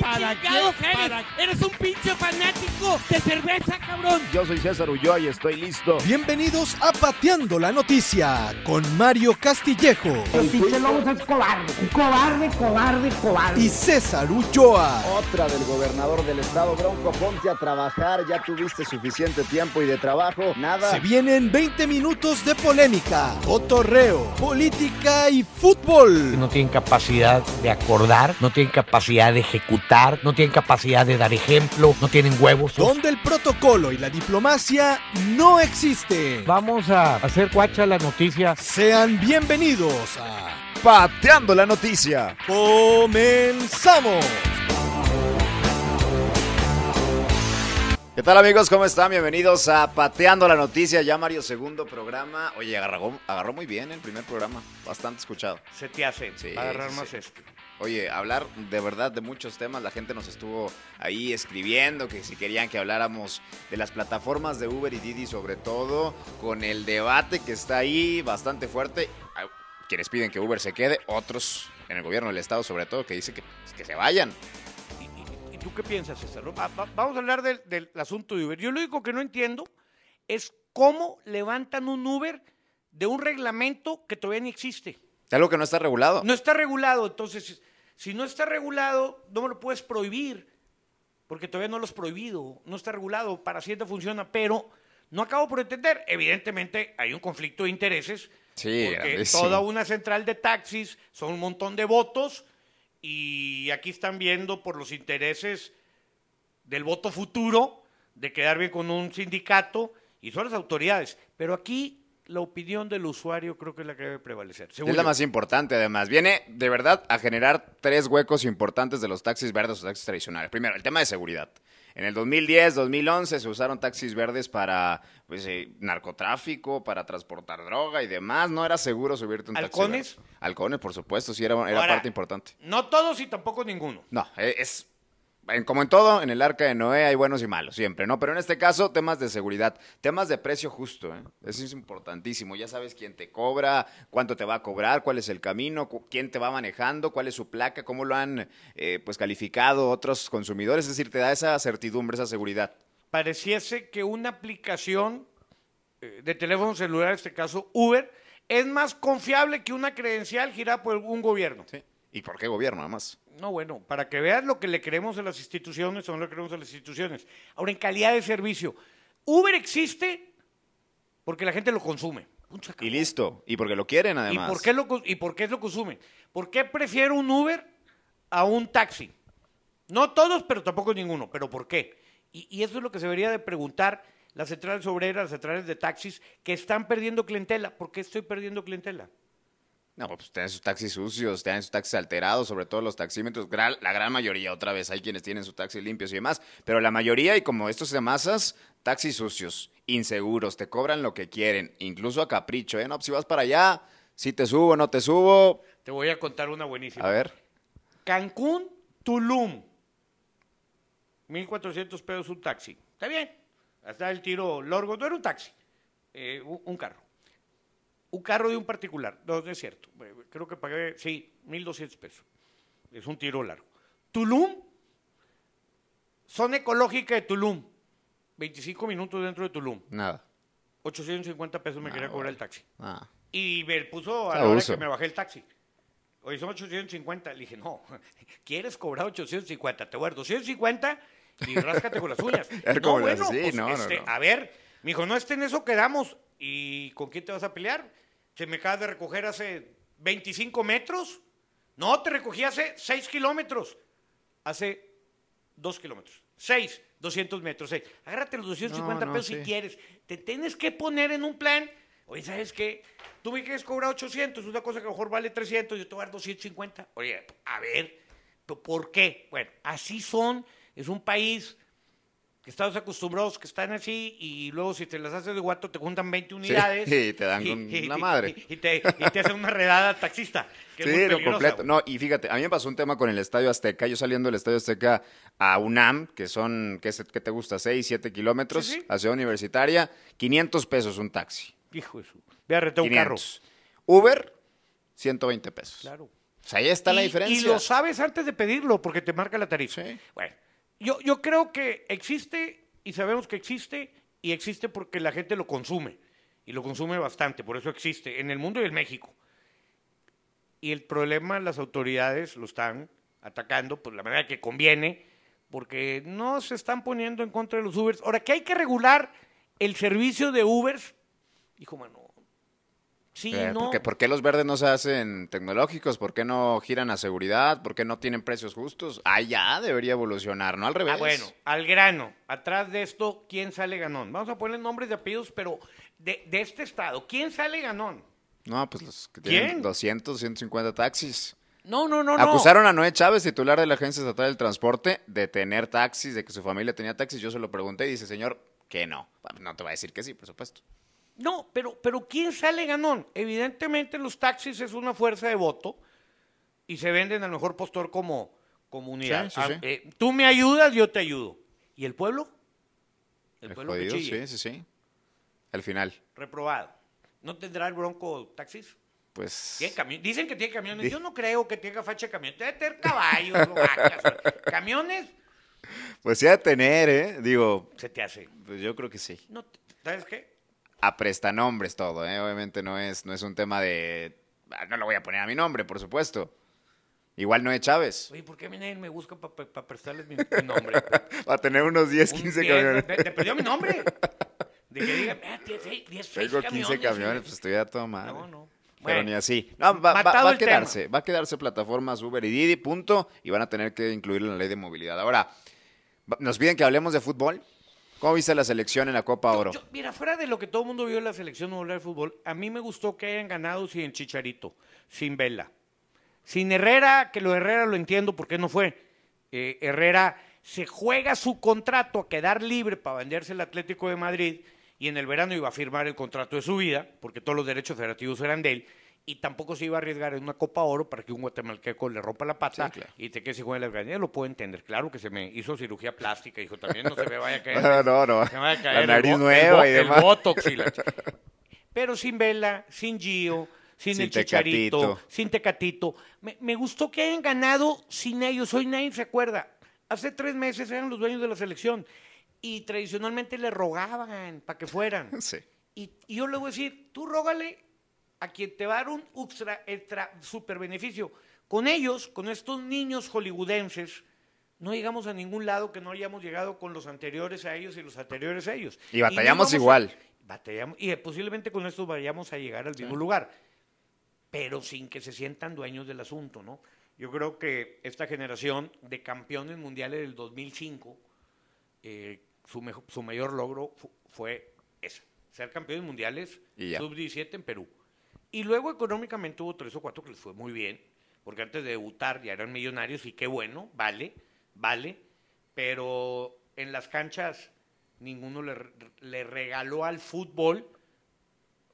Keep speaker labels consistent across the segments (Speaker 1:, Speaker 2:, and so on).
Speaker 1: ¿Para
Speaker 2: chingados
Speaker 1: qué?
Speaker 2: eres?
Speaker 1: ¿Para
Speaker 2: Eres un pinche fanático de cerveza, cabrón.
Speaker 3: Yo soy César Ulloa y estoy listo.
Speaker 4: Bienvenidos a Pateando la Noticia con Mario Castillejo
Speaker 5: El pinche Lobos es cobarde. Un cobarde, cobarde, cobarde.
Speaker 4: y César Ulloa.
Speaker 3: Otra del gobernador del estado, Bronco, ponte a trabajar, ya tuviste suficiente tiempo y de trabajo, nada.
Speaker 4: Se vienen 20 minutos de polémica, cotorreo, política y fútbol.
Speaker 6: no tienen capacidad de acordar, no tienen capacidad de ejecutar, no tienen capacidad de dar ejemplo, no tienen huevos.
Speaker 4: Donde el protocolo y la diplomacia no existen.
Speaker 6: Vamos a hacer cuacha la noticia.
Speaker 4: Sean bienvenidos a
Speaker 3: Pateando la noticia.
Speaker 4: Comenzamos.
Speaker 3: ¿Qué tal amigos? ¿Cómo están? Bienvenidos a Pateando la noticia, ya Mario, segundo programa. Oye, agarró, agarró muy bien el primer programa, bastante escuchado.
Speaker 7: Se te hace.
Speaker 3: Sí,
Speaker 7: va a agarrar
Speaker 3: sí,
Speaker 7: más
Speaker 3: sí.
Speaker 7: este.
Speaker 3: Oye, hablar de verdad de muchos temas. La gente nos estuvo ahí escribiendo que si querían que habláramos de las plataformas de Uber y Didi, sobre todo, con el debate que está ahí bastante fuerte. Hay Quienes piden que Uber se quede, otros en el gobierno del Estado, sobre todo, que dicen que, que se vayan.
Speaker 7: ¿Y, y- y tú qué piensas, César? Va- va- vamos a hablar del, del asunto de Uber. Yo lo único que no entiendo es cómo levantan un Uber de un reglamento que todavía ni existe.
Speaker 3: Es algo que no está regulado.
Speaker 7: No está regulado, entonces, si no está regulado, no me lo puedes prohibir, porque todavía no lo has prohibido, no está regulado, para siete funciona, pero no acabo por entender. Evidentemente hay un conflicto de intereses,
Speaker 3: Sí,
Speaker 7: porque
Speaker 3: grandísimo.
Speaker 7: toda una central de taxis son un montón de votos, y aquí están viendo por los intereses del voto futuro, de quedar bien con un sindicato, y son las autoridades. Pero aquí la opinión del usuario creo que es la que debe prevalecer. según
Speaker 3: es la
Speaker 7: yo.
Speaker 3: más importante, además. Viene de verdad a generar tres huecos importantes de los taxis verdes o taxis tradicionales. Primero, el tema de seguridad. En el 2010, 2011 se usaron taxis verdes para pues, eh, narcotráfico, para transportar droga y demás. No era seguro subirte un taxi.
Speaker 7: ¿Halcones?
Speaker 3: verde. Halcones, por supuesto, sí, era, era
Speaker 7: Ahora,
Speaker 3: parte importante.
Speaker 7: No todos y tampoco ninguno.
Speaker 3: No, eh, es en- como en todo, en el arca de Noé hay buenos y malos, siempre, ¿no? Pero en este caso, temas de seguridad, temas de precio justo, ¿eh? Eso es importantísimo. Ya sabes quién te cobra, cuánto te va a cobrar, cuál es el camino, cu- quién te va manejando, cuál es su placa, cómo lo han eh, pues calificado otros consumidores. Es decir, te da esa certidumbre, esa seguridad.
Speaker 7: Pareciese que una aplicación eh, de teléfono celular, en este caso Uber, es más confiable que una credencial girada por un gobierno.
Speaker 3: ¿Y por qué gobierno, además?
Speaker 7: No, bueno, para que veas lo que le creemos a las instituciones o no le creemos a las instituciones. Ahora, en calidad de servicio, Uber existe porque la gente lo consume. Punto, se acabó.
Speaker 3: Y listo. Y porque lo quieren, además.
Speaker 7: ¿Y por, qué lo, cons- ¿Y por qué lo consumen? ¿Por qué prefiero un Uber a un taxi? No todos, pero tampoco ninguno. ¿Pero por qué? Y, y eso es lo que se debería de preguntar las centrales obreras, las centrales de taxis, que están perdiendo clientela. ¿Por qué estoy perdiendo clientela?
Speaker 3: No, pues tienen sus taxis sucios, tienen sus taxis alterados, sobre todo los taxímetros. gran- la gran mayoría, otra vez, hay quienes tienen sus taxis limpios y demás. Pero la mayoría, y como estos de masas, taxis sucios, inseguros, te cobran lo que quieren, incluso a capricho. ¿eh? No, pues si vas para allá, si te subo, no te subo.
Speaker 7: Te voy a contar una
Speaker 3: A
Speaker 7: buenísima.
Speaker 3: ver,
Speaker 7: Cancún, Tulum. 1.400 pesos un taxi. Está bien. Hasta el tiro largo. No era un taxi. eh, un, un carro. Un carro de un particular. No, no es cierto. Eh, Creo que pagué, sí, 1.200 pesos. Es un tiro largo. Tulum, zona ecológica de Tulum. 25 minutos dentro de Tulum.
Speaker 3: nada.
Speaker 7: 850 pesos me quería cobrar el taxi.
Speaker 3: nada.
Speaker 7: Y me puso
Speaker 3: Está
Speaker 7: a la hora
Speaker 3: abuso.
Speaker 7: que me bajé el taxi. Oye, son 850. Le dije, no, ¿quieres cobrar 850? Te voy a dar 250 y ráscate con las uñas.
Speaker 3: A ver cómo le haces. Sí,
Speaker 7: pues,
Speaker 3: no, no,
Speaker 7: este,
Speaker 3: no.
Speaker 7: A ver, me dijo, no, este en eso quedamos. ¿Y con quién te vas a pelear? Te me acabas de recoger hace 25 metros. No, te recogí hace 6 kilómetros. Hace 2 kilómetros. 6, 200 metros. seis. Agárrate los 250
Speaker 3: No, no,
Speaker 7: pesos
Speaker 3: sí.
Speaker 7: si quieres. Te tienes que poner en un plan. Oye, ¿sabes qué? Tú me quieres cobrar 800, una cosa que a lo mejor vale 300, yo te voy a dar 250. Oye, a ver, ¿pero ¿por qué? Bueno, así son. Es un país que estamos acostumbrados, que están así, y luego si te las haces de guato te juntan 20 unidades.
Speaker 3: y te dan con la madre.
Speaker 7: Y, y te, y te hacen una redada al taxista. Que es muy
Speaker 3: Sí, lo
Speaker 7: peligrosa,
Speaker 3: completo.
Speaker 7: güey.
Speaker 3: No, y fíjate, a mí me pasó un tema con el Estadio Azteca. Yo saliendo del Estadio Azteca a UNAM, que son, ¿qué, se- qué te gusta? 6, 7 kilómetros,
Speaker 7: Sí, sí.
Speaker 3: a Ciudad Universitaria, 500 pesos un taxi.
Speaker 7: Hijo de su. Ve a retar un carro.
Speaker 3: 500. Uber, 120 pesos.
Speaker 7: Claro.
Speaker 3: O sea, ahí está la
Speaker 7: Y-
Speaker 3: diferencia.
Speaker 7: Y lo sabes antes de pedirlo porque te marca la tarifa.
Speaker 3: Sí.
Speaker 7: Bueno, yo, yo creo que existe y sabemos que existe y existe porque la gente lo consume y lo consume bastante, por eso existe en el mundo y en México. Y el problema las autoridades lo están atacando por la manera que conviene porque no se están poniendo en contra de los Ubers. Ahora, que hay que regular el servicio de Ubers, hijo, mano. Sí,
Speaker 3: Eh,
Speaker 7: no.
Speaker 3: ¿por, qué, por qué los verdes no se hacen tecnológicos? ¿Por qué no giran a seguridad? ¿Por qué no tienen precios justos? Ah, ya debería evolucionar, ¿no? Al revés.
Speaker 7: Ah, bueno, al grano. Atrás de esto, ¿quién sale ganón? Vamos a poner nombres de apellidos, pero de, de este estado. ¿Quién sale ganón?
Speaker 3: No, pues los que
Speaker 7: ¿Quién?
Speaker 3: tienen 200, 150 taxis.
Speaker 7: No, no, no, no.
Speaker 3: Acusaron a Noé Chávez, titular de la Agencia Estatal del Transporte, de tener taxis, de que su familia tenía taxis. Yo se lo pregunté y dice, señor, que no. No te va a decir que sí, por supuesto.
Speaker 7: No, pero, pero ¿quién sale ganón? Evidentemente los taxis es una fuerza de voto y se venden al mejor postor como comunidad.
Speaker 3: Sí, sí,
Speaker 7: Ah,
Speaker 3: sí.
Speaker 7: eh, tú me ayudas, yo te ayudo. ¿Y el pueblo? El,
Speaker 3: El
Speaker 7: pueblo que
Speaker 3: jodido,
Speaker 7: chille.
Speaker 3: sí, sí, sí. Al final,
Speaker 7: Reprobado. ¿No tendrá el bronco taxis?
Speaker 3: pues...
Speaker 7: Tiene cami- Dicen que tiene camiones.
Speaker 3: Di-
Speaker 7: Yo no creo que tenga facha de camiones. Debe tener caballos, no vacas. Camiones,
Speaker 3: Pues sí ha de tener, ¿eh? Digo,
Speaker 7: se te hace.
Speaker 3: pues yo creo que sí.
Speaker 7: No te- ¿Sabes qué?
Speaker 3: a prestanombres todo, ¿eh? Obviamente no es, no es un tema de... ah, No lo voy a poner a mi nombre, por supuesto. Igual Noé Chávez.
Speaker 7: Oye, ¿por qué a mí nadie me busca para prestarles mi, mi nombre?
Speaker 3: Va a tener unos 10,
Speaker 7: Un
Speaker 3: 15
Speaker 7: diez,
Speaker 3: camiones.
Speaker 7: Te, te perdió mi nombre. De que digan, ah, tienes seis- diez, seis
Speaker 3: Tengo 15 camiones, pues estoy a todo mal.
Speaker 7: No, no.
Speaker 3: Pero
Speaker 7: Bueno,
Speaker 3: ni así. No, va, va-
Speaker 7: matado
Speaker 3: va a
Speaker 7: el tema.
Speaker 3: quedarse. Va a quedarse plataformas Uber y Didi, punto. Y van a tener que incluirlo en la ley de movilidad. Ahora, va- nos piden que hablemos de fútbol. ¿Cómo viste la selección en la Copa Oro?
Speaker 7: Yo- mira, fuera de lo que todo el mundo vio en la selección mundial de fútbol, a mí me gustó que hayan ganado sin Chicharito, sin Vela. Sin Herrera, que lo de Herrera lo entiendo porque no fue. Eh, Herrera se juega su contrato a quedar libre para venderse el Atlético de Madrid y en el verano iba a firmar el contrato de su vida porque todos los derechos federativos eran de él y tampoco se iba a arriesgar en una Copa Oro para que un guatemalteco le rompa la pata
Speaker 3: Sí, claro.
Speaker 7: y te quede sin jugar en la grandes. Lo puedo entender. Claro que se me hizo cirugía plástica, dijo, también no se me vaya a caer.
Speaker 3: No, no, no.
Speaker 7: eh, Se me va a
Speaker 3: La
Speaker 7: caer el
Speaker 3: nariz
Speaker 7: bo-
Speaker 3: nueva
Speaker 7: el
Speaker 3: y
Speaker 7: bo- el
Speaker 3: demás.
Speaker 7: botox y la ch- Pero sin Vela, sin Gio, sin,
Speaker 3: Sin
Speaker 7: el Chicharito,
Speaker 3: Tecatito.
Speaker 7: sin Tecatito. Me, me gustó que hayan ganado sin ellos. Hoy nadie se acuerda. Hace tres meses eran los dueños de la selección y tradicionalmente le rogaban para que fueran.
Speaker 3: Sí.
Speaker 7: Y, y yo le voy a decir, tú rógale a quien te va a dar un extra, extra super beneficio. Con ellos, con estos niños hollywoodenses, no llegamos a ningún lado que no hayamos llegado con los anteriores a ellos y los anteriores a ellos.
Speaker 3: Y batallamos
Speaker 7: no vamos a-
Speaker 3: igual.
Speaker 7: batallamos, y eh, posiblemente con estos vayamos a llegar al mismo lugar, pero sin que se sientan dueños del asunto, ¿no? Yo creo que esta generación de campeones mundiales del 2005 eh, su, mejo- su mayor logro fu- fue ese, ser campeones mundiales
Speaker 3: Y ya.
Speaker 7: sub-17 en Perú. Y luego económicamente hubo tres o cuatro que les fue muy bien, porque antes de debutar ya eran millonarios y qué bueno, vale, vale, pero en las canchas ninguno le, re- le regaló al fútbol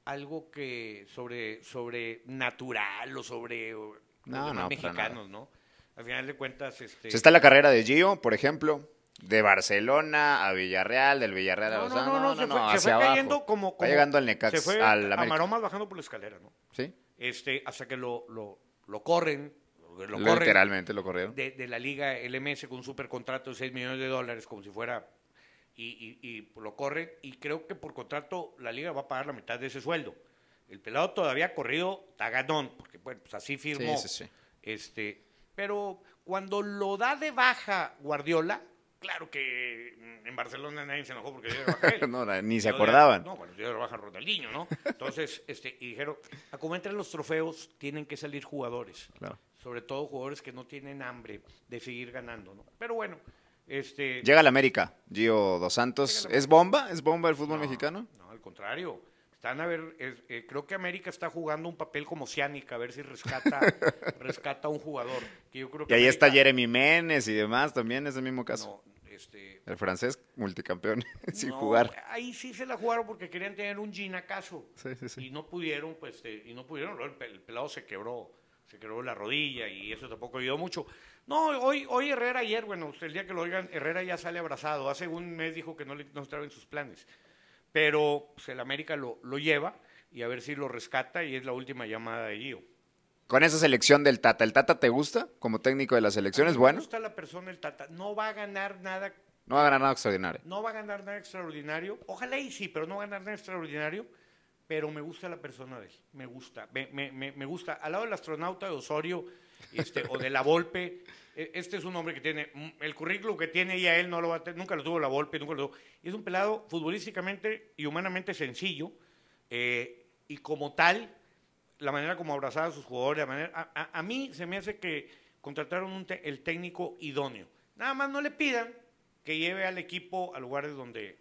Speaker 7: algo que sobre, sobre natural o sobre o,
Speaker 3: No,
Speaker 7: los demás
Speaker 3: no, para
Speaker 7: mexicanos, ¿no? Al final de cuentas, este...
Speaker 3: Se está la carrera de Gio, por ejemplo, de Barcelona a Villarreal, del Villarreal a
Speaker 7: No,
Speaker 3: Barcelona.
Speaker 7: no, no, no, se fue, se
Speaker 3: hacia
Speaker 7: fue
Speaker 3: abajo.
Speaker 7: cayendo como,
Speaker 3: Va
Speaker 7: como-
Speaker 3: llegando al
Speaker 7: Se
Speaker 3: Necax,
Speaker 7: fue
Speaker 3: al
Speaker 7: a
Speaker 3: América.
Speaker 7: maromas bajando por la escalera, ¿no?
Speaker 3: Sí,
Speaker 7: Este, hasta que lo, lo, lo corren, lo, lo corren
Speaker 3: literalmente lo corrieron.
Speaker 7: de, de la liga LMS con un supercontrato de 6 millones de dólares, como si fuera, y, y- y lo corren, y creo que por contrato la liga va a pagar la mitad de ese sueldo. El pelado todavía ha corrido tagadón, porque bueno, pues así firmó.
Speaker 3: Sí, sí, sí.
Speaker 7: Este, pero cuando lo da de baja Guardiola, claro que mm, en Barcelona nadie se enojó porque dio de baja él.
Speaker 3: No, na- ni se
Speaker 7: Yo de-
Speaker 3: acordaban.
Speaker 7: no, bueno, yo trabajo en Ronaldinho, ¿no? Entonces, este, y dijeron, a como entran los trofeos, tienen que salir jugadores.
Speaker 3: Claro.
Speaker 7: Sobre todo jugadores que no tienen hambre de seguir ganando, ¿no? Pero bueno, este.
Speaker 3: Llega al América, Gio Dos Santos. ¿Es bomba? ¿Es bomba el fútbol
Speaker 7: no,
Speaker 3: mexicano?
Speaker 7: No, al contrario. Están a ver, es- eh, creo que América está jugando un papel como Ciánica, a ver si rescata, rescata a un jugador. Que yo creo
Speaker 3: Y
Speaker 7: que
Speaker 3: ahí está
Speaker 7: América-
Speaker 3: Jeremy Ménez y demás, también es el mismo caso.
Speaker 7: No, este,
Speaker 3: El francés, multicampeón, sin
Speaker 7: No,
Speaker 3: jugar.
Speaker 7: Ahí sí se la jugaron porque querían tener un Ginacazo.
Speaker 3: Sí, sí, sí.
Speaker 7: Y no pudieron, pues, eh, y no pudieron. luego El, pe- el pelado se quebró, se quebró la rodilla y eso tampoco ayudó mucho. No, hoy, hoy Herrera ayer, bueno, usted el día que lo oigan, Herrera ya sale abrazado. Hace un mes dijo que no le no estaba en sus planes. Pero pues, el América lo, lo lleva y a ver si lo rescata y es la última llamada de Gio.
Speaker 3: Con esa selección del Tata, ¿el Tata te gusta como técnico de la selección? ¿Es
Speaker 7: Me
Speaker 3: bueno?
Speaker 7: gusta la persona el Tata. No va a ganar nada
Speaker 3: No va a ganar nada extraordinario.
Speaker 7: No va a ganar nada extraordinario. Ojalá y sí, pero no va a ganar nada extraordinario. Pero me gusta la persona de él. Me gusta. Me, me- me- me gusta. Al lado del astronauta de Osorio este, o de la Volpe, e- este es un hombre que tiene. mm, El currículum que tiene y a él no lo va a tener. Nunca lo tuvo la Volpe, nunca lo tuvo. Y es un pelado futbolísticamente y humanamente sencillo. eh, y como tal, la manera como abrazaba a sus jugadores, la manera, a, a- a mí se me hace que contrataron un te- el técnico idóneo. Nada más no le pidan que lleve al equipo a lugares donde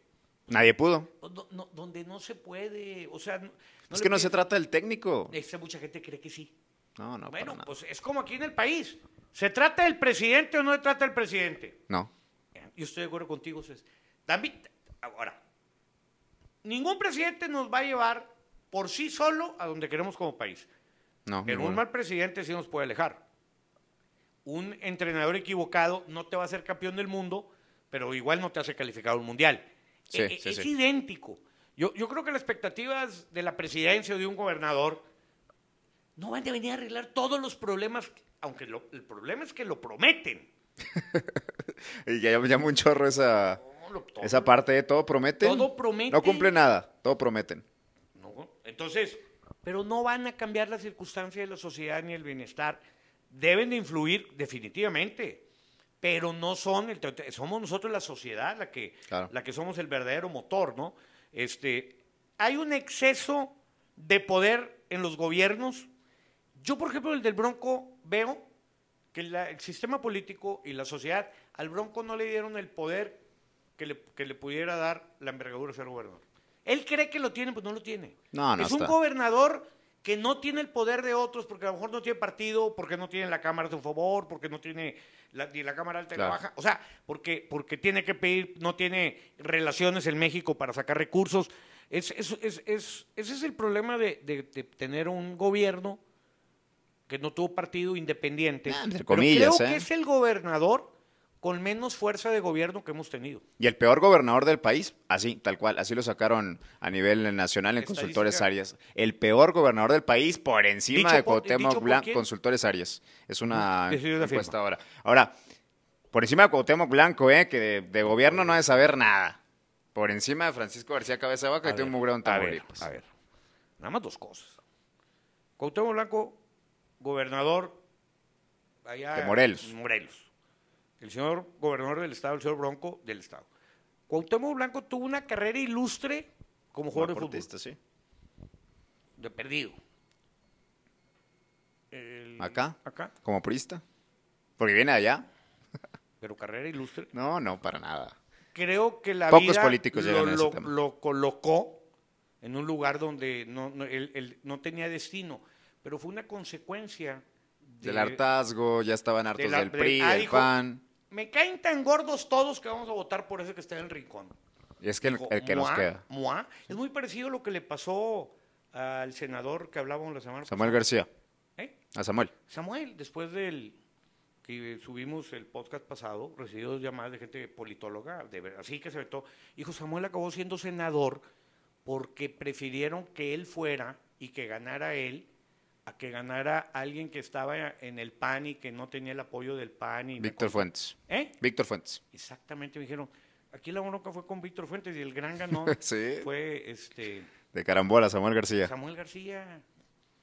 Speaker 3: Nadie pudo.
Speaker 7: no, no- donde no se puede, o sea, no- no
Speaker 3: es
Speaker 7: le
Speaker 3: que no se
Speaker 7: pidan-
Speaker 3: trata del técnico.
Speaker 7: Es que mucha gente cree que sí.
Speaker 3: No, no, para
Speaker 7: bueno,
Speaker 3: nada.
Speaker 7: pues es como aquí en el país. ¿Se trata del presidente o no se trata del presidente?
Speaker 3: No.
Speaker 7: Yo estoy de acuerdo contigo, César. También, ahora, ningún presidente nos va a llevar por sí solo a donde queremos como país.
Speaker 3: No,
Speaker 7: Pero un
Speaker 3: ninguno.
Speaker 7: mal presidente sí nos puede alejar. Un entrenador equivocado no te va a hacer campeón del mundo, pero igual no te hace calificado al mundial.
Speaker 3: Sí,
Speaker 7: E- e-
Speaker 3: sí,
Speaker 7: es
Speaker 3: sí.
Speaker 7: idéntico. Yo, yo creo que las expectativas de la presidencia o de un gobernador no van a venir a arreglar todos los problemas, aunque lo- el problema es que lo prometen.
Speaker 3: Y ya llamo un chorro esa,
Speaker 7: No, lo- todo-
Speaker 3: esa parte de todo prometen.
Speaker 7: Todo prometen.
Speaker 3: No cumple nada, todo prometen.
Speaker 7: No, Entonces, pero no van a cambiar las circunstancias de la sociedad ni el bienestar. Deben de influir definitivamente, pero no son, el, somos nosotros la sociedad la que,
Speaker 3: Claro.
Speaker 7: la que somos el verdadero motor, ¿no? Este, hay un exceso de poder en los gobiernos. Yo, por ejemplo, el del Bronco veo que la- el sistema político y la sociedad al Bronco no le dieron el poder que le, que le pudiera dar la envergadura de ser gobernador. Él cree que lo tiene, pues no lo tiene.
Speaker 3: No, no
Speaker 7: es un
Speaker 3: está.
Speaker 7: gobernador que no tiene el poder de otros porque a lo mejor no tiene partido, porque no tiene la Cámara a su favor, porque no tiene la, ni la Cámara Alta ni la
Speaker 3: Claro.
Speaker 7: Baja. O sea, porque, porque tiene que pedir, no tiene relaciones en México para sacar recursos. Es, es- es- es- ese es el problema de, de- de tener un gobierno que no tuvo partido independiente.
Speaker 3: Ah, entre
Speaker 7: Pero
Speaker 3: comillas,
Speaker 7: creo
Speaker 3: ¿eh?
Speaker 7: que es el gobernador con menos fuerza de gobierno que hemos tenido.
Speaker 3: Y el peor gobernador del país, así, tal cual, así lo sacaron a nivel nacional en Consultores Arias.
Speaker 7: Estadística.
Speaker 3: El peor gobernador del país por encima
Speaker 7: Dicho
Speaker 3: de
Speaker 7: por-
Speaker 3: Cuauhtémoc
Speaker 7: dicho por
Speaker 3: Blanco,
Speaker 7: quién?
Speaker 3: Consultores Arias. Es una
Speaker 7: Sí, sí, yo la firmo.
Speaker 3: encuesta ahora. Ahora, por encima de Cuauhtémoc Blanco, eh, que de, de gobierno no ha de saber nada. Por encima de Francisco García Cabeza de Vaca, que tiene un mugreo en
Speaker 7: a ver,
Speaker 3: Tamaulipas.
Speaker 7: a ver. Nada más dos cosas. Cuauhtémoc Blanco, gobernador allá
Speaker 3: De Morelos.
Speaker 7: en Morelos. El señor gobernador del estado, el señor Bronco del estado. Cuauhtémoc Blanco tuvo una carrera ilustre como jugador de
Speaker 3: Deportista,
Speaker 7: fútbol,
Speaker 3: sí.
Speaker 7: de perdido. El-
Speaker 3: Acá,
Speaker 7: Acá,
Speaker 3: como purista. Porque viene de allá.
Speaker 7: pero carrera ilustre.
Speaker 3: No, no, para nada.
Speaker 7: creo que la
Speaker 3: Pocos
Speaker 7: vida
Speaker 3: políticos
Speaker 7: lo,
Speaker 3: llegan a ese
Speaker 7: lo-
Speaker 3: tema.
Speaker 7: lo colocó en un lugar donde no, no- él- él no tenía destino, pero fue una consecuencia de-
Speaker 3: Del hartazgo, ya estaban hartos
Speaker 7: la-
Speaker 3: del
Speaker 7: de-
Speaker 3: PRI,
Speaker 7: ah,
Speaker 3: del
Speaker 7: dijo,
Speaker 3: PAN.
Speaker 7: Me caen tan gordos todos que vamos a votar por ese que está en el rincón.
Speaker 3: Y es que el,
Speaker 7: Dijo,
Speaker 3: el que nos
Speaker 7: "Mua,
Speaker 3: queda.
Speaker 7: mua". Es muy parecido a lo que le pasó al senador que hablábamos la semana
Speaker 3: Samuel García.
Speaker 7: pasada. ¿Eh?
Speaker 3: A Samuel.
Speaker 7: Samuel, después del que subimos el podcast pasado, recibí dos llamadas de gente politóloga, de ver- así que se vetó. Hijo, Samuel acabó siendo senador porque prefirieron que él fuera y que ganara él a que ganara alguien que estaba en el PAN y que no tenía el apoyo del PAN. Y una
Speaker 3: Víctor
Speaker 7: cosa-
Speaker 3: Fuentes.
Speaker 7: ¿Eh?
Speaker 3: Víctor Fuentes.
Speaker 7: Exactamente, me dijeron. Aquí la bronca fue con Víctor Fuentes y el gran ganón
Speaker 3: Sí.
Speaker 7: fue este,
Speaker 3: De carambola, Samuel García.
Speaker 7: Samuel García.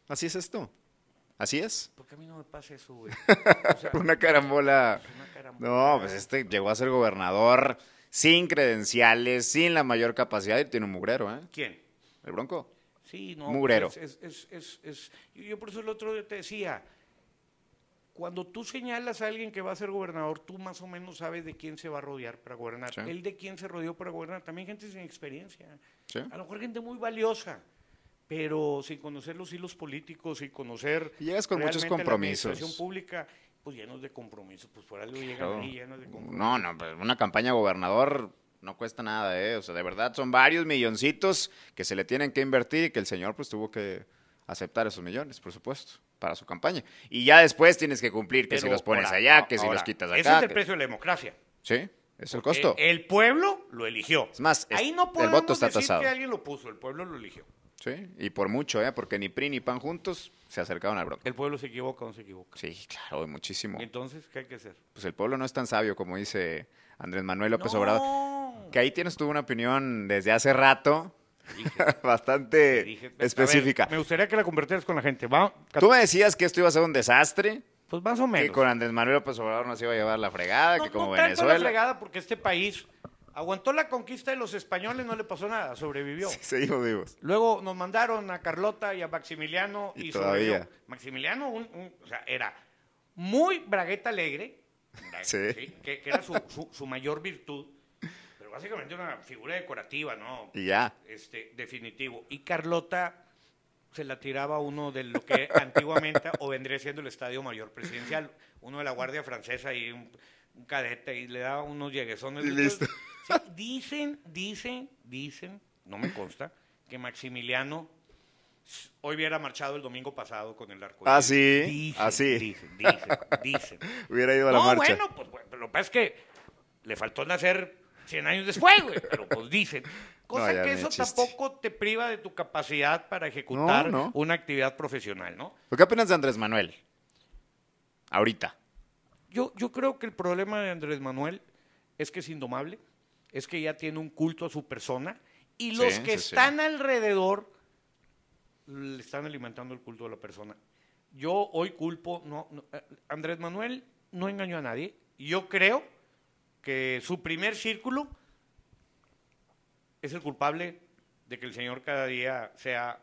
Speaker 3: Así es esto. Así es.
Speaker 7: ¿Por qué a mí no me pasa eso, güey? O sea,
Speaker 3: Una carambola.
Speaker 7: una carambola.
Speaker 3: No, pues este llegó a ser gobernador sin credenciales, sin la mayor capacidad y tiene un mugrero, ¿eh?
Speaker 7: ¿Quién?
Speaker 3: El bronco.
Speaker 7: Sí, no.
Speaker 3: Mugrero.
Speaker 7: pues, es- es- es- es- Yo, yo por eso el otro día te decía, cuando tú señalas a alguien que va a ser gobernador, tú más o menos sabes de quién se va a rodear para gobernar.
Speaker 3: Sí.
Speaker 7: Él de quién se rodeó para gobernar. También gente sin experiencia.
Speaker 3: Sí.
Speaker 7: A lo mejor gente muy valiosa, pero sin conocer los hilos políticos, sin conocer...
Speaker 3: Y llegas con muchos
Speaker 7: realmente la
Speaker 3: compromisos.
Speaker 7: administración pública, pues llenos de compromisos. Pues por algo llegan ahí llenos de compromisos.
Speaker 3: No, no, pues una campaña gobernador no cuesta nada, ¿eh? O sea, de verdad son varios milloncitos que se le tienen que invertir y que el señor pues tuvo que aceptar esos millones, por supuesto, para su campaña. Y ya después tienes que cumplir, que si
Speaker 7: Pero
Speaker 3: los pones
Speaker 7: ahora-
Speaker 3: allá, que si
Speaker 7: ahora,
Speaker 3: los quitas
Speaker 7: Ese es
Speaker 3: acá.
Speaker 7: el
Speaker 3: que-
Speaker 7: precio de la democracia.
Speaker 3: Sí, es el costo.
Speaker 7: Eh, El, pueblo lo eligió.
Speaker 3: Es más, es-
Speaker 7: ahí no
Speaker 3: el
Speaker 7: podemos
Speaker 3: voto está
Speaker 7: decir
Speaker 3: tasado.
Speaker 7: que alguien lo puso, el pueblo lo eligió.
Speaker 3: Sí, y por mucho, ¿eh? Porque ni PRI ni PAN juntos se acercaron al Bronco.
Speaker 7: El pueblo se equivoca o no se equivoca.
Speaker 3: Sí, claro, muchísimo.
Speaker 7: Y Entonces, ¿qué hay que hacer?
Speaker 3: Pues el pueblo no es tan sabio como dice Andrés Manuel López Obrador.
Speaker 7: No.
Speaker 3: Que ahí tienes tú una opinión desde hace rato
Speaker 7: Dije,
Speaker 3: bastante
Speaker 7: dije, a ver,
Speaker 3: específica.
Speaker 7: me gustaría que la convirtieras con la gente. Va,
Speaker 3: Tú me decías que esto iba a ser un desastre,
Speaker 7: Pues más o
Speaker 3: que
Speaker 7: menos.
Speaker 3: con Andrés Manuel López Obrador nos iba a llevar la fregada,
Speaker 7: no,
Speaker 3: que como
Speaker 7: no tanto
Speaker 3: Venezuela.
Speaker 7: la fregada porque este país aguantó la conquista de los españoles, no le pasó nada, sobrevivió.
Speaker 3: Sí, seguimos vivos.
Speaker 7: Pues, Luego nos mandaron a Carlota y a Maximiliano y,
Speaker 3: Y
Speaker 7: sobrevivió.
Speaker 3: todavía.
Speaker 7: Maximiliano un- un- o sea, era muy bragueta alegre,
Speaker 3: Sí.
Speaker 7: sí, que, que era su, su- su mayor virtud, pero básicamente una figura decorativa, ¿no?
Speaker 3: Y ya.
Speaker 7: Este, definitivo. Y Carlota se la tiraba a uno de lo que antiguamente o vendría siendo el Estadio Mayor Presidencial, uno de la Guardia Francesa y un, un cadete y le daba unos lleguesones.
Speaker 3: Y listo.
Speaker 7: Sí, dicen, dicen, dicen, no me consta, que Maximiliano s- hoy hubiera marchado el domingo pasado con el arco.
Speaker 3: Ah,
Speaker 7: iris.
Speaker 3: sí,
Speaker 7: Dicen,
Speaker 3: ah, sí.
Speaker 7: Dicen, dicen, dicen.
Speaker 3: Hubiera ido a la
Speaker 7: No,
Speaker 3: marcha.
Speaker 7: bueno, pues bueno, lo que pasa es que le faltó nacer 100 años después, güey, pero pues dicen. Cosa
Speaker 3: No, ya
Speaker 7: que
Speaker 3: ni
Speaker 7: eso
Speaker 3: chiste.
Speaker 7: tampoco te priva de tu capacidad para ejecutar
Speaker 3: No, no.
Speaker 7: una actividad profesional, ¿no?
Speaker 3: ¿Pero ¿Qué opinas de Andrés Manuel? Ahorita.
Speaker 7: Yo, yo creo que el problema de Andrés Manuel es que es indomable, es que ya tiene un culto a su persona y los
Speaker 3: Sí,
Speaker 7: que
Speaker 3: sí, sí.
Speaker 7: están alrededor le están alimentando el culto a la persona. Yo hoy culpo, no, no, eh, Andrés Manuel no engañó a nadie. Yo creo que su primer círculo es el culpable de que el señor cada día sea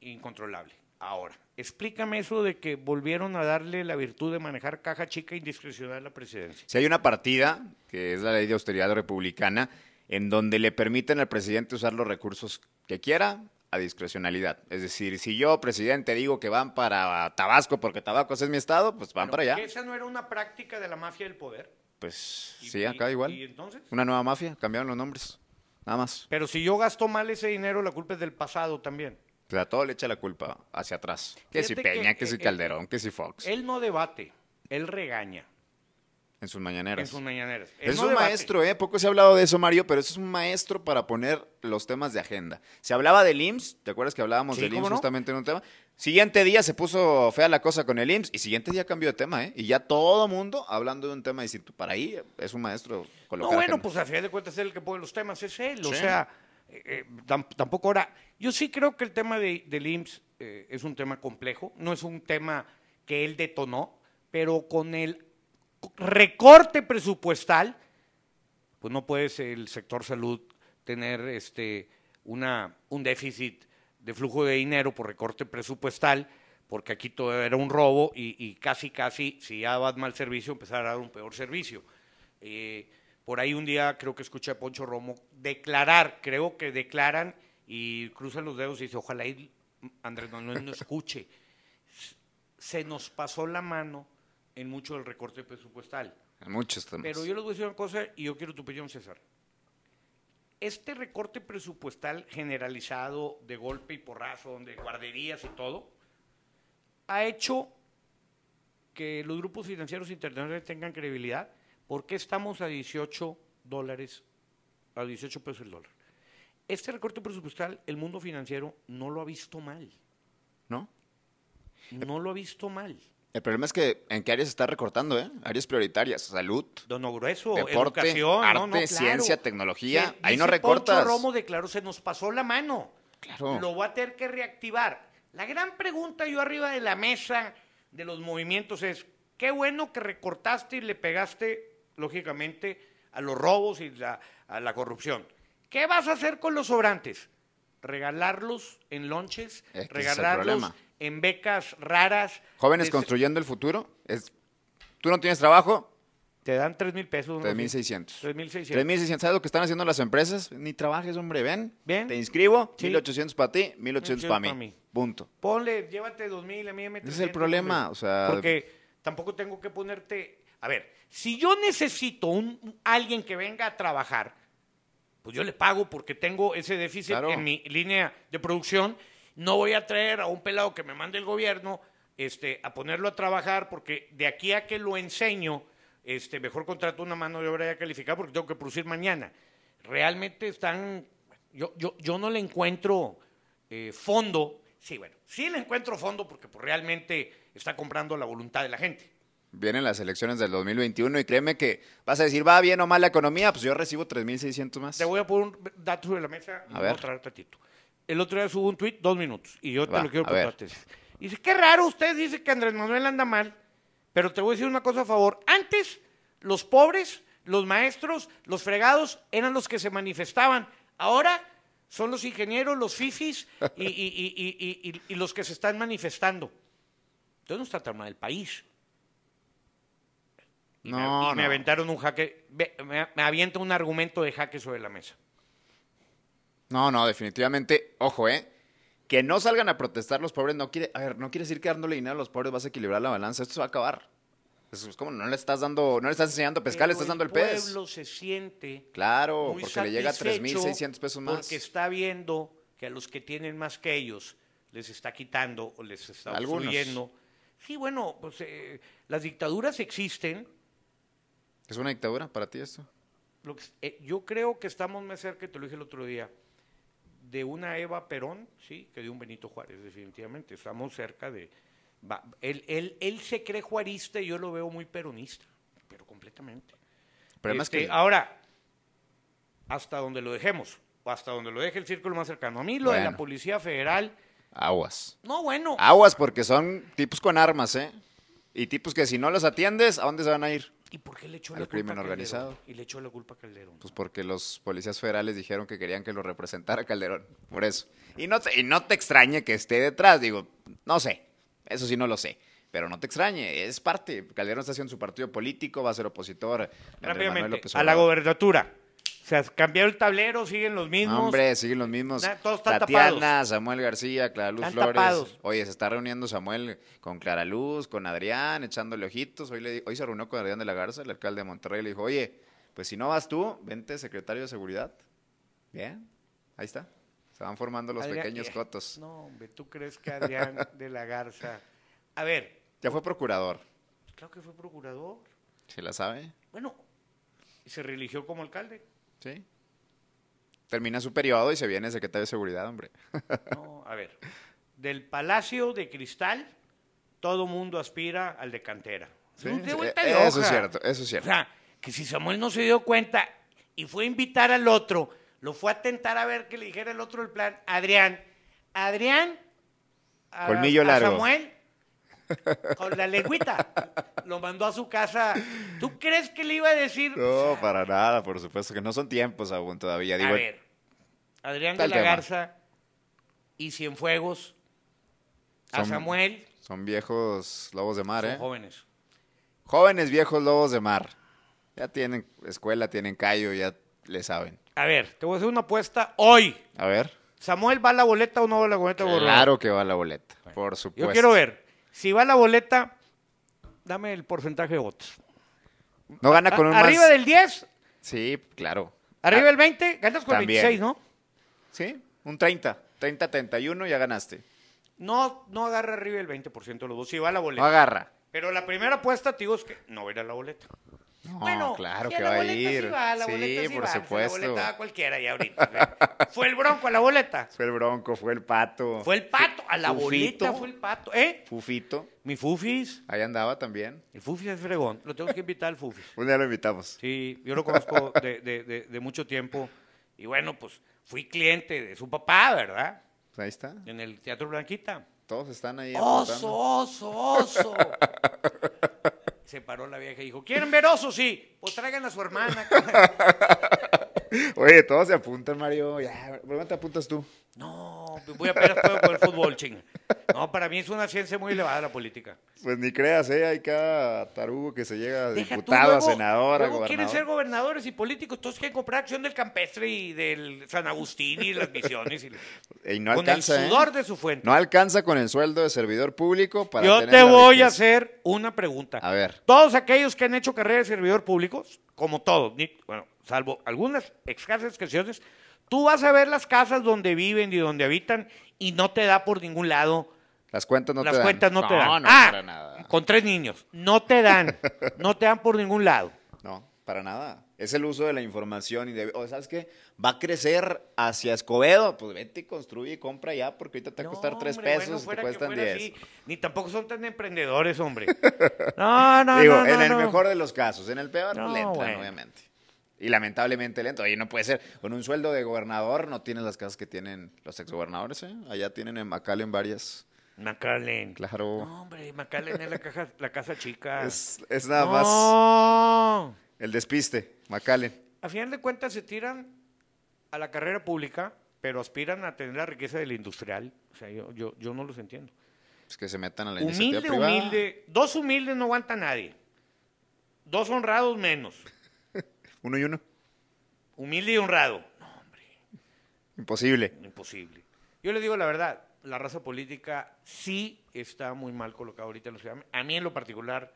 Speaker 7: incontrolable. Ahora, explícame eso de que volvieron a darle la virtud de manejar caja chica indiscrecional a la presidencia.
Speaker 3: Si hay una partida, que es la ley de austeridad republicana, en donde le permiten al presidente usar los recursos que quiera a discrecionalidad. Es decir, si yo, presidente, digo que van para Tabasco porque Tabasco es mi estado, pues van
Speaker 7: Pero
Speaker 3: para allá.
Speaker 7: que esa no era una práctica de la mafia del poder.
Speaker 3: Pues
Speaker 7: Y-
Speaker 3: sí, acá
Speaker 7: y-
Speaker 3: igual.
Speaker 7: y entonces?
Speaker 3: Una nueva mafia, cambiaron los nombres. Nada más.
Speaker 7: Pero si yo gasto mal ese dinero, la culpa es del pasado también.
Speaker 3: O sea, todo le echa la culpa hacia atrás. Que si
Speaker 7: Fíjate
Speaker 3: Peña,
Speaker 7: que, e-,
Speaker 3: que, si
Speaker 7: eh,
Speaker 3: Calderón, que si Fox.
Speaker 7: Él no debate, él regaña
Speaker 3: en sus mañaneras.
Speaker 7: en sus mañaneras. Él
Speaker 3: Es
Speaker 7: no
Speaker 3: un
Speaker 7: debate.
Speaker 3: maestro, ¿eh? Poco se ha hablado de eso, Mario, pero eso es un maestro para poner los temas de agenda. Se hablaba del IMSS, ¿te acuerdas que hablábamos
Speaker 7: Sí,
Speaker 3: del
Speaker 7: ¿cómo
Speaker 3: IMSS
Speaker 7: no?
Speaker 3: justamente en un tema? Siguiente día se puso fea la cosa con el IMSS y siguiente día cambió de tema, ¿eh? Y ya todo mundo hablando de un tema distinto. Para ahí es un maestro
Speaker 7: No,
Speaker 3: colocar
Speaker 7: bueno,
Speaker 3: agenda.
Speaker 7: pues a final de cuentas él el que pone los temas, es él. O
Speaker 3: Sí.
Speaker 7: sea, eh, eh, tam- tampoco ahora. Yo sí creo que el tema de, del IMSS eh, es un tema complejo, no es un tema que él detonó, pero con el recorte presupuestal, pues no puedes el sector salud tener este una un déficit de flujo de dinero por recorte presupuestal, porque aquí todo era un robo y, y casi casi si ya vas mal servicio empezar a dar un peor servicio. Eh, por ahí un día creo que escuché a Poncho Romo declarar, creo que declaran y cruzan los dedos y dice ojalá y Andrés Manuel no escuche se nos pasó la mano en mucho del recorte presupuestal.
Speaker 3: En muchos temas.
Speaker 7: Pero yo les voy a decir una cosa y yo quiero tu opinión, César. Este recorte presupuestal generalizado de golpe y porrazo, donde guarderías y todo, ha hecho que los grupos financieros internacionales tengan credibilidad. ¿Por qué estamos a 18 dólares, a 18 pesos el dólar? Este recorte presupuestal, el mundo financiero no lo ha visto mal.
Speaker 3: ¿No?
Speaker 7: No lo ha visto mal.
Speaker 3: El problema es que en qué áreas está recortando, ¿eh? Áreas prioritarias, salud.
Speaker 7: Dono Grueso,
Speaker 3: Deporte,
Speaker 7: educación,
Speaker 3: arte,
Speaker 7: no, no, claro.
Speaker 3: ciencia, tecnología,
Speaker 7: Que
Speaker 3: ahí no
Speaker 7: dice
Speaker 3: recortas.
Speaker 7: Poncho Romo declaró, se nos pasó la mano.
Speaker 3: Claro.
Speaker 7: Lo va a tener que reactivar. La gran pregunta yo arriba de la mesa de los movimientos es, qué bueno que recortaste y le pegaste, lógicamente, a los robos y la- a la corrupción. ¿Qué vas a hacer con los sobrantes? ¿Regalarlos en lonches?
Speaker 3: que ese es el
Speaker 7: ¿Regalarlos
Speaker 3: problema.
Speaker 7: en becas raras?
Speaker 3: Jóvenes
Speaker 7: Des-
Speaker 3: construyendo el futuro. Es... Tú no tienes trabajo,
Speaker 7: Te dan tres mil pesos. ¿no?
Speaker 3: 3600.
Speaker 7: 3,600.
Speaker 3: 3600. ¿Sabes lo que están haciendo las empresas? Ni trabajes, hombre, ven.
Speaker 7: Ven.
Speaker 3: Te inscribo,
Speaker 7: Sí.
Speaker 3: 1800 para ti, 1800 para mí.
Speaker 7: pa' mí.
Speaker 3: Punto.
Speaker 7: Ponle, llévate 2000, a mí me
Speaker 3: Ese es el problema, o sea-
Speaker 7: Porque tampoco tengo que ponerte. A ver, si yo necesito un alguien que venga a trabajar, pues yo le pago porque tengo ese déficit
Speaker 3: Claro.
Speaker 7: en mi línea de producción. No voy a traer a un pelado que me mande el gobierno este, a ponerlo a trabajar porque de aquí a que lo enseño, este, mejor contrato una mano de obra ya calificada porque tengo que producir mañana. Realmente están... Yo, yo, yo no le encuentro eh, fondo. Sí, bueno, sí le encuentro fondo porque pues, realmente está comprando la voluntad de la gente.
Speaker 3: Vienen las elecciones del 2021 y créeme que vas a decir, va bien o mal la economía, pues yo recibo 3.600 más.
Speaker 7: Te voy a poner un dato sobre la mesa y
Speaker 3: A
Speaker 7: a
Speaker 3: ver.
Speaker 7: ver. ratito. El otro día subo un tweet, dos minutos, y yo te
Speaker 3: Va,
Speaker 7: lo quiero
Speaker 3: a ver.
Speaker 7: preguntar. a ustedes. Dice, qué raro, ustedes dicen que Andrés Manuel anda mal, pero te voy a decir una cosa a favor. Antes, los pobres, los maestros, los fregados eran los que se manifestaban. Ahora son los ingenieros, los fifis y, y- y- y- y- y- y los que se están manifestando. Entonces no está tan mal el país. Y me-
Speaker 3: No,
Speaker 7: y me
Speaker 3: no.
Speaker 7: aventaron un jaque, ve- me, me avienta un argumento de jaque sobre la mesa.
Speaker 3: No, no, definitivamente, ojo, ¿eh? Que no salgan a protestar los pobres no quiere, a ver, no quiere decir que dándole dinero a los pobres vas a equilibrar la balanza, esto se va a acabar. Eso es como no le estás dando, no le estás enseñando a pescar, le
Speaker 7: Pero
Speaker 3: estás dando el pez.
Speaker 7: pueblo se siente
Speaker 3: Claro,
Speaker 7: muy
Speaker 3: porque le llega a
Speaker 7: satisfecho
Speaker 3: 3.600 pesos más.
Speaker 7: Porque está viendo que a los que tienen más que ellos les está quitando o les está
Speaker 3: Algunos.
Speaker 7: obstruyendo. Sí, bueno, pues eh, las dictaduras existen.
Speaker 3: ¿Es una dictadura para ti esto?
Speaker 7: Lo que- eh, yo creo que estamos más cerca, te lo dije el otro día, de una Eva Perón, sí, que de un Benito Juárez, definitivamente. Estamos cerca de. va- él, él- él se cree juarista y yo lo veo muy peronista, pero completamente.
Speaker 3: Pero además
Speaker 7: Este,
Speaker 3: que-
Speaker 7: Ahora, hasta donde lo dejemos, o hasta donde lo deje el círculo más cercano. A mí lo de
Speaker 3: Bueno. Ah,
Speaker 7: la Policía Federal,
Speaker 3: Aguas.
Speaker 7: no, bueno,
Speaker 3: Aguas porque son tipos con armas, ¿eh? Y tipos que si no los atiendes, ¿a dónde se van a ir?
Speaker 7: ¿y por qué le echó
Speaker 3: al
Speaker 7: la culpa
Speaker 3: crimen
Speaker 7: a Calderón?
Speaker 3: organizado.
Speaker 7: Y le echó la culpa a Calderón.
Speaker 3: Pues porque los policías federales dijeron que querían que lo representara Calderón. Por eso. Y no te, y no te extrañe que esté detrás, digo, no sé. Eso sí no lo sé. Pero no te extrañe, es parte. Calderón está haciendo su partido político, va a ser opositor. de Andrés Manuel
Speaker 7: Rápidamente,
Speaker 3: López
Speaker 7: a la
Speaker 3: Obrador.
Speaker 7: gobernatura. Se ha cambiado el tablero, siguen los mismos.
Speaker 3: No, hombre, siguen los mismos.
Speaker 7: Na- todos están
Speaker 3: Tatiana,
Speaker 7: tapados.
Speaker 3: Samuel García, Clara Luz
Speaker 7: Están
Speaker 3: Flores.
Speaker 7: tapados.
Speaker 3: Oye, se está reuniendo Samuel con Clara Luz, con Adrián, echándole ojitos. Hoy, le, di- hoy se reunió con Adrián de la Garza, el alcalde de Monterrey, le dijo, oye, pues si no vas tú, vente secretario de seguridad. Bien, ahí está. Se van formando los
Speaker 7: Adrián-
Speaker 3: pequeños
Speaker 7: eh,
Speaker 3: cotos.
Speaker 7: No, hombre, ¿tú crees que Adrián de la Garza? A ver,
Speaker 3: Ya fue procurador,
Speaker 7: creo que fue procurador.
Speaker 3: ¿se la sabe?
Speaker 7: Bueno, se religió como alcalde.
Speaker 3: ¿Sí? Termina su periodo y se viene secretario de seguridad, hombre.
Speaker 7: No, a ver, del Palacio de Cristal, todo mundo aspira al de cantera.
Speaker 3: Sí,
Speaker 7: Un de
Speaker 3: sí,
Speaker 7: vuelta de
Speaker 3: eh, eso
Speaker 7: hoja.
Speaker 3: es cierto, eso es
Speaker 7: O
Speaker 3: cierto.
Speaker 7: sea, que si Samuel no se dio cuenta y fue a invitar al otro, lo fue a tentar a ver que le dijera el otro el plan. Adrián, Adrián, a,
Speaker 3: Colmillo
Speaker 7: a
Speaker 3: largo.
Speaker 7: Samuel, con la lengüita, lo mandó a su casa. ¿Tú crees que le iba a decir? O
Speaker 3: No,
Speaker 7: sea,
Speaker 3: para nada, por supuesto que no son tiempos aún todavía. Digo,
Speaker 7: a ver, Adrián
Speaker 3: está
Speaker 7: de
Speaker 3: el
Speaker 7: la
Speaker 3: tema.
Speaker 7: Garza y Cienfuegos, a
Speaker 3: Son-
Speaker 7: Samuel,
Speaker 3: Son viejos lobos de mar,
Speaker 7: son
Speaker 3: ¿eh?
Speaker 7: jóvenes.
Speaker 3: Jóvenes viejos lobos de mar. Ya tienen escuela, tienen callo, ya le saben.
Speaker 7: A ver, te voy a hacer una apuesta hoy.
Speaker 3: A ver.
Speaker 7: ¿Samuel va a la boleta o no va a la boleta? Borrego?
Speaker 3: Claro que va la boleta, por
Speaker 7: Yo
Speaker 3: supuesto.
Speaker 7: quiero ver. Si va la boleta, dame el porcentaje de votos.
Speaker 3: No gana Ah, con un
Speaker 7: A- arriba
Speaker 3: más.
Speaker 7: del 10,
Speaker 3: Sí, claro.
Speaker 7: arriba
Speaker 3: Ah,
Speaker 7: del 20, ganas con
Speaker 3: también.
Speaker 7: 26, ¿no?
Speaker 3: Sí, un 30. 30, 31, ya ganaste.
Speaker 7: No, no agarra arriba del 20% de los votos. Si va la
Speaker 3: No
Speaker 7: boleta.
Speaker 3: agarra.
Speaker 7: Pero la primera apuesta, te digo, es que no va a ir a la boleta.
Speaker 3: No,
Speaker 7: bueno,
Speaker 3: claro
Speaker 7: sí,
Speaker 3: que
Speaker 7: la
Speaker 3: va a
Speaker 7: boleta
Speaker 3: ir.
Speaker 7: Sí, Ah, va, la boleta sí
Speaker 3: por
Speaker 7: va,
Speaker 3: supuesto.
Speaker 7: La boleta va a cualquiera ya ahorita. fue el bronco a la boleta.
Speaker 3: Fue el bronco, fue el pato.
Speaker 7: Fue el pato, a la
Speaker 3: Fufito.
Speaker 7: boleta fue el pato. ¿Eh?
Speaker 3: Fufito.
Speaker 7: Mi Fufis.
Speaker 3: Ahí andaba también.
Speaker 7: El Fufis es fregón. Lo tengo que invitar al Fufis.
Speaker 3: Un día lo invitamos.
Speaker 7: Sí, yo lo conozco de, de- de- de mucho tiempo. Y bueno, pues fui cliente de su papá, ¿verdad?
Speaker 3: Pues Ahí está.
Speaker 7: En el Teatro Blanquita.
Speaker 3: Todos están ahí.
Speaker 7: Oso,
Speaker 3: apuntando.
Speaker 7: oso, oso. Se paró la vieja y dijo, ¿quieren ver oso? Sí, pues traigan a su hermana.
Speaker 3: Oye, todos se apuntan, Mario. Ya, ¿Por dónde te apuntas tú?
Speaker 7: No, voy a apenas puedo jugar fútbol, chinga. No, para mí es una ciencia muy elevada la política.
Speaker 3: Pues ni creas, ¿eh? Hay cada tarugo que se llega a
Speaker 7: Deja tú,
Speaker 3: diputado, a
Speaker 7: luego-
Speaker 3: senador, a
Speaker 7: luego quieren ser
Speaker 3: gobernador.
Speaker 7: gobernadores y políticos, entonces quieren comprar acción del campestre y del San Agustín y las misiones. Y...
Speaker 3: Y no
Speaker 7: con
Speaker 3: alcanza,
Speaker 7: el
Speaker 3: ¿eh?
Speaker 7: sudor de su fuente.
Speaker 3: No alcanza con el sueldo de servidor público para
Speaker 7: Yo
Speaker 3: tener
Speaker 7: te
Speaker 3: la
Speaker 7: voy a
Speaker 3: riqueza.
Speaker 7: hacer una pregunta.
Speaker 3: A ver.
Speaker 7: Todos aquellos que han hecho carrera de servidor público, como todos, ni- bueno, salvo algunas escasas excepciones, tú vas a ver las casas donde viven y donde habitan y no te da por ningún lado.
Speaker 3: Las cuentas no
Speaker 7: las
Speaker 3: te dan.
Speaker 7: cuentas no, te dan.
Speaker 3: No, no,
Speaker 7: Ah,
Speaker 3: para nada.
Speaker 7: Con tres niños. No te dan. no te dan por ningún lado.
Speaker 3: No. Para nada. Es el uso de la información y de, o ¿sabes qué? Va a crecer hacia Escobedo. Pues vete y construye y compra ya, porque ahorita te va a costar
Speaker 7: No,
Speaker 3: tres
Speaker 7: hombre,
Speaker 3: pesos y te
Speaker 7: bueno, fuera que
Speaker 3: cuestan
Speaker 7: fuera
Speaker 3: diez.
Speaker 7: así. Ni tampoco son tan emprendedores, hombre. No, no,
Speaker 3: Digo,
Speaker 7: no, no,
Speaker 3: en el
Speaker 7: no.
Speaker 3: mejor de los casos. En el peor,
Speaker 7: No,
Speaker 3: le entran,
Speaker 7: bueno.
Speaker 3: obviamente. Y lamentablemente lento. Oye, no puede ser. Con un sueldo de gobernador no tienes las casas que tienen los exgobernadores, ¿eh? Allá tienen en McAllen varias.
Speaker 7: Macallen.
Speaker 3: Claro.
Speaker 7: No, hombre, Macallen es la, caja, la casa chica.
Speaker 3: Es, es nada
Speaker 7: no.
Speaker 3: más el despiste, McAllen.
Speaker 7: A final de cuentas se tiran a la carrera pública, pero aspiran a tener la riqueza del industrial. O sea, yo, yo, yo no los entiendo.
Speaker 3: Es que se metan a la iniciativa
Speaker 7: Humilde,
Speaker 3: privada.
Speaker 7: humilde. Dos humildes no aguanta nadie. Dos honrados menos.
Speaker 3: Uno y uno.
Speaker 7: Humilde y honrado.
Speaker 3: Imposible.
Speaker 7: Imposible. Yo le digo la verdad, la raza política sí está muy mal colocada ahorita en la ciudad. A mí en lo particular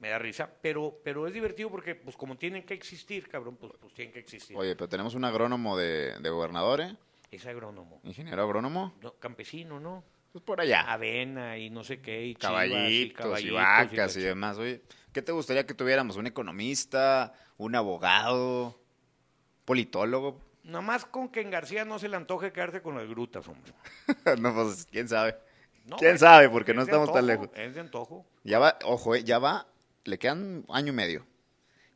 Speaker 7: me da risa, pero, pero es divertido porque, pues como tienen que existir, cabrón, pues, pues tienen que existir.
Speaker 3: Oye, pero tenemos un agrónomo de, de gobernador, ¿eh?
Speaker 7: Es agrónomo.
Speaker 3: Ingeniero agrónomo.
Speaker 7: No, campesino, ¿no?
Speaker 3: Pues por allá.
Speaker 7: Avena y no sé qué, y chivas, y
Speaker 3: caballitos,
Speaker 7: caballitos
Speaker 3: y vacas y,
Speaker 7: cachorros.
Speaker 3: demás. Oye, ¿qué te gustaría que tuviéramos? ¿Un economista? ¿Un abogado? ¿Politólogo?
Speaker 7: Nomás con que en García no se le antoje quedarse con las grutas, hombre.
Speaker 3: no, pues, quién sabe.
Speaker 7: No,
Speaker 3: ¿Quién
Speaker 7: es-
Speaker 3: sabe? Porque no
Speaker 7: es de
Speaker 3: estamos tan
Speaker 7: antojo,
Speaker 3: lejos.
Speaker 7: Es de antojo.
Speaker 3: Ya va, ojo, eh, ya va, le quedan año y medio.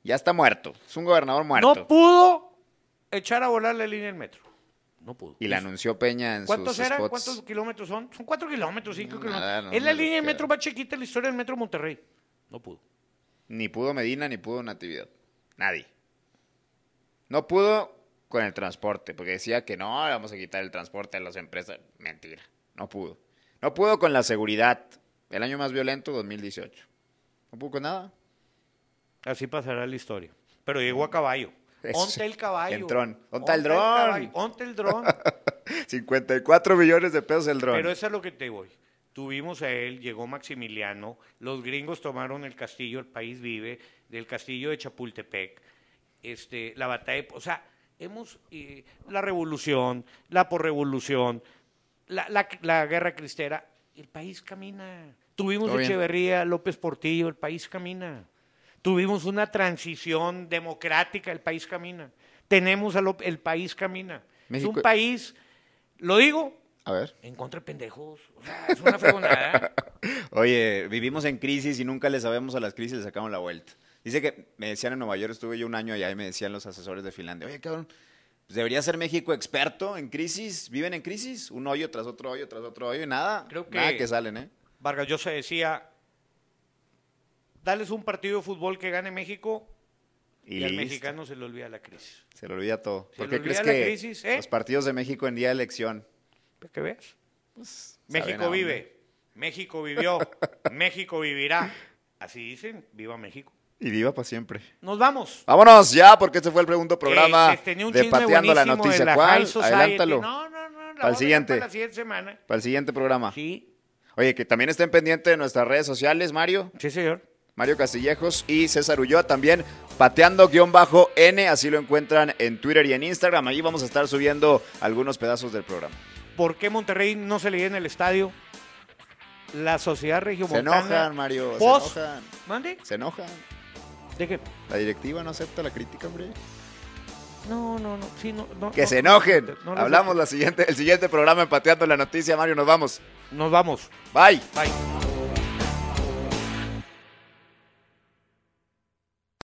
Speaker 3: Ya está muerto. Es un gobernador muerto.
Speaker 7: No pudo echar a volar la línea del metro. No pudo.
Speaker 3: y la anunció Peña en
Speaker 7: ¿Cuántos
Speaker 3: sus
Speaker 7: eran?
Speaker 3: spots.
Speaker 7: ¿Cuántos kilómetros son? Son cuatro kilómetros, cinco
Speaker 3: Nada,
Speaker 7: kilómetros.
Speaker 3: no
Speaker 7: es la
Speaker 3: me lo
Speaker 7: línea de
Speaker 3: creo.
Speaker 7: metro más chiquita en la historia del metro Monterrey. No pudo.
Speaker 3: Ni pudo Medina, ni pudo Natividad. Nadie. No pudo con el transporte, porque decía que no, le vamos a quitar el transporte a las empresas. Mentira, no pudo. No pudo con la seguridad. El año más violento, 2018. No pudo con nada.
Speaker 7: Así pasará la historia. Pero llegó a caballo.
Speaker 3: Eso sí.
Speaker 7: Onta el caballo.
Speaker 3: En tron. Onta el
Speaker 7: Onta
Speaker 3: dron.
Speaker 7: caballo. Onta el dron.
Speaker 3: 54 millones de pesos el dron.
Speaker 7: Pero eso es lo que te voy. Tuvimos a él, llegó Maximiliano, los gringos tomaron el castillo, el país vive, del castillo de Chapultepec, este, la batalla, de- o sea, hemos, eh, la revolución, la porrevolución, la, la- la guerra cristera, el país camina. Tuvimos
Speaker 3: Todo bien.
Speaker 7: Echeverría, López Portillo, el país camina. Tuvimos una transición democrática, el país camina. Tenemos a López- el país camina. Es
Speaker 3: México-
Speaker 7: un país, lo digo,
Speaker 3: A ver.
Speaker 7: en contra de pendejos. O sea, es una fregonada.
Speaker 3: Oye, vivimos en crisis y nunca le sabemos a las crisis, le sacamos la vuelta. Dice que me decían en Nueva York, estuve yo un año allá y me decían los asesores de Finlandia, oye, cabrón, pues debería ser México experto en crisis, viven en crisis, un hoyo tras otro hoyo tras otro hoyo y nada,
Speaker 7: Creo que-
Speaker 3: nada que salen, ¿eh?
Speaker 7: Vargas Llosa decía, dales un partido de fútbol que gane México y,
Speaker 3: Y,
Speaker 7: al
Speaker 3: listo.
Speaker 7: mexicano se le olvida la crisis.
Speaker 3: se le olvida todo.
Speaker 7: Se
Speaker 3: ¿Por
Speaker 7: le
Speaker 3: qué crees
Speaker 7: olvida la
Speaker 3: que
Speaker 7: crisis, ¿eh?
Speaker 3: los partidos de México en día de elección?
Speaker 7: ¿Para que veas?
Speaker 3: saben a
Speaker 7: México
Speaker 3: dónde.
Speaker 7: vive, México vivió, México vivirá. Así dicen, viva México.
Speaker 3: Y viva para siempre.
Speaker 7: Nos vamos.
Speaker 3: Vámonos ya, porque este fue el segundo
Speaker 7: Que
Speaker 3: programa
Speaker 7: les tenía un
Speaker 3: de
Speaker 7: chisme
Speaker 3: Pateando la
Speaker 7: buenísimo de
Speaker 3: Noticia.
Speaker 7: la High
Speaker 3: ¿Cuál?
Speaker 7: Society.
Speaker 3: Adelántalo.
Speaker 7: No,
Speaker 3: Para
Speaker 7: no, no. la
Speaker 3: el
Speaker 7: vamos a dejar
Speaker 3: siguiente. Ah.
Speaker 7: Para la siguiente semana.
Speaker 3: Para el siguiente programa.
Speaker 7: Sí,
Speaker 3: Oye, que también estén pendientes de nuestras redes sociales, Mario.
Speaker 7: sí, señor.
Speaker 3: Mario Castillejos y César Ulloa también pateando-n, así lo encuentran en Twitter y en Instagram. Allí vamos a estar subiendo algunos pedazos del programa.
Speaker 7: ¿Por qué Monterrey no se le llena el estadio? La sociedad
Speaker 3: Se
Speaker 7: regiomontana.
Speaker 3: enojan, Mario,
Speaker 7: Post-
Speaker 3: se enojan.
Speaker 7: ¿Mande?
Speaker 3: Se enojan.
Speaker 7: ¿De qué?
Speaker 3: La directiva no acepta la crítica, hombre.
Speaker 7: No, no, no. Sí, no, no,
Speaker 3: Que
Speaker 7: no,
Speaker 3: se enojen.
Speaker 7: no, no, no,
Speaker 3: Hablamos la siguiente, el siguiente programa en Pateando la Noticia, Mario. Nos vamos.
Speaker 7: Nos vamos.
Speaker 3: Bye.
Speaker 7: Bye.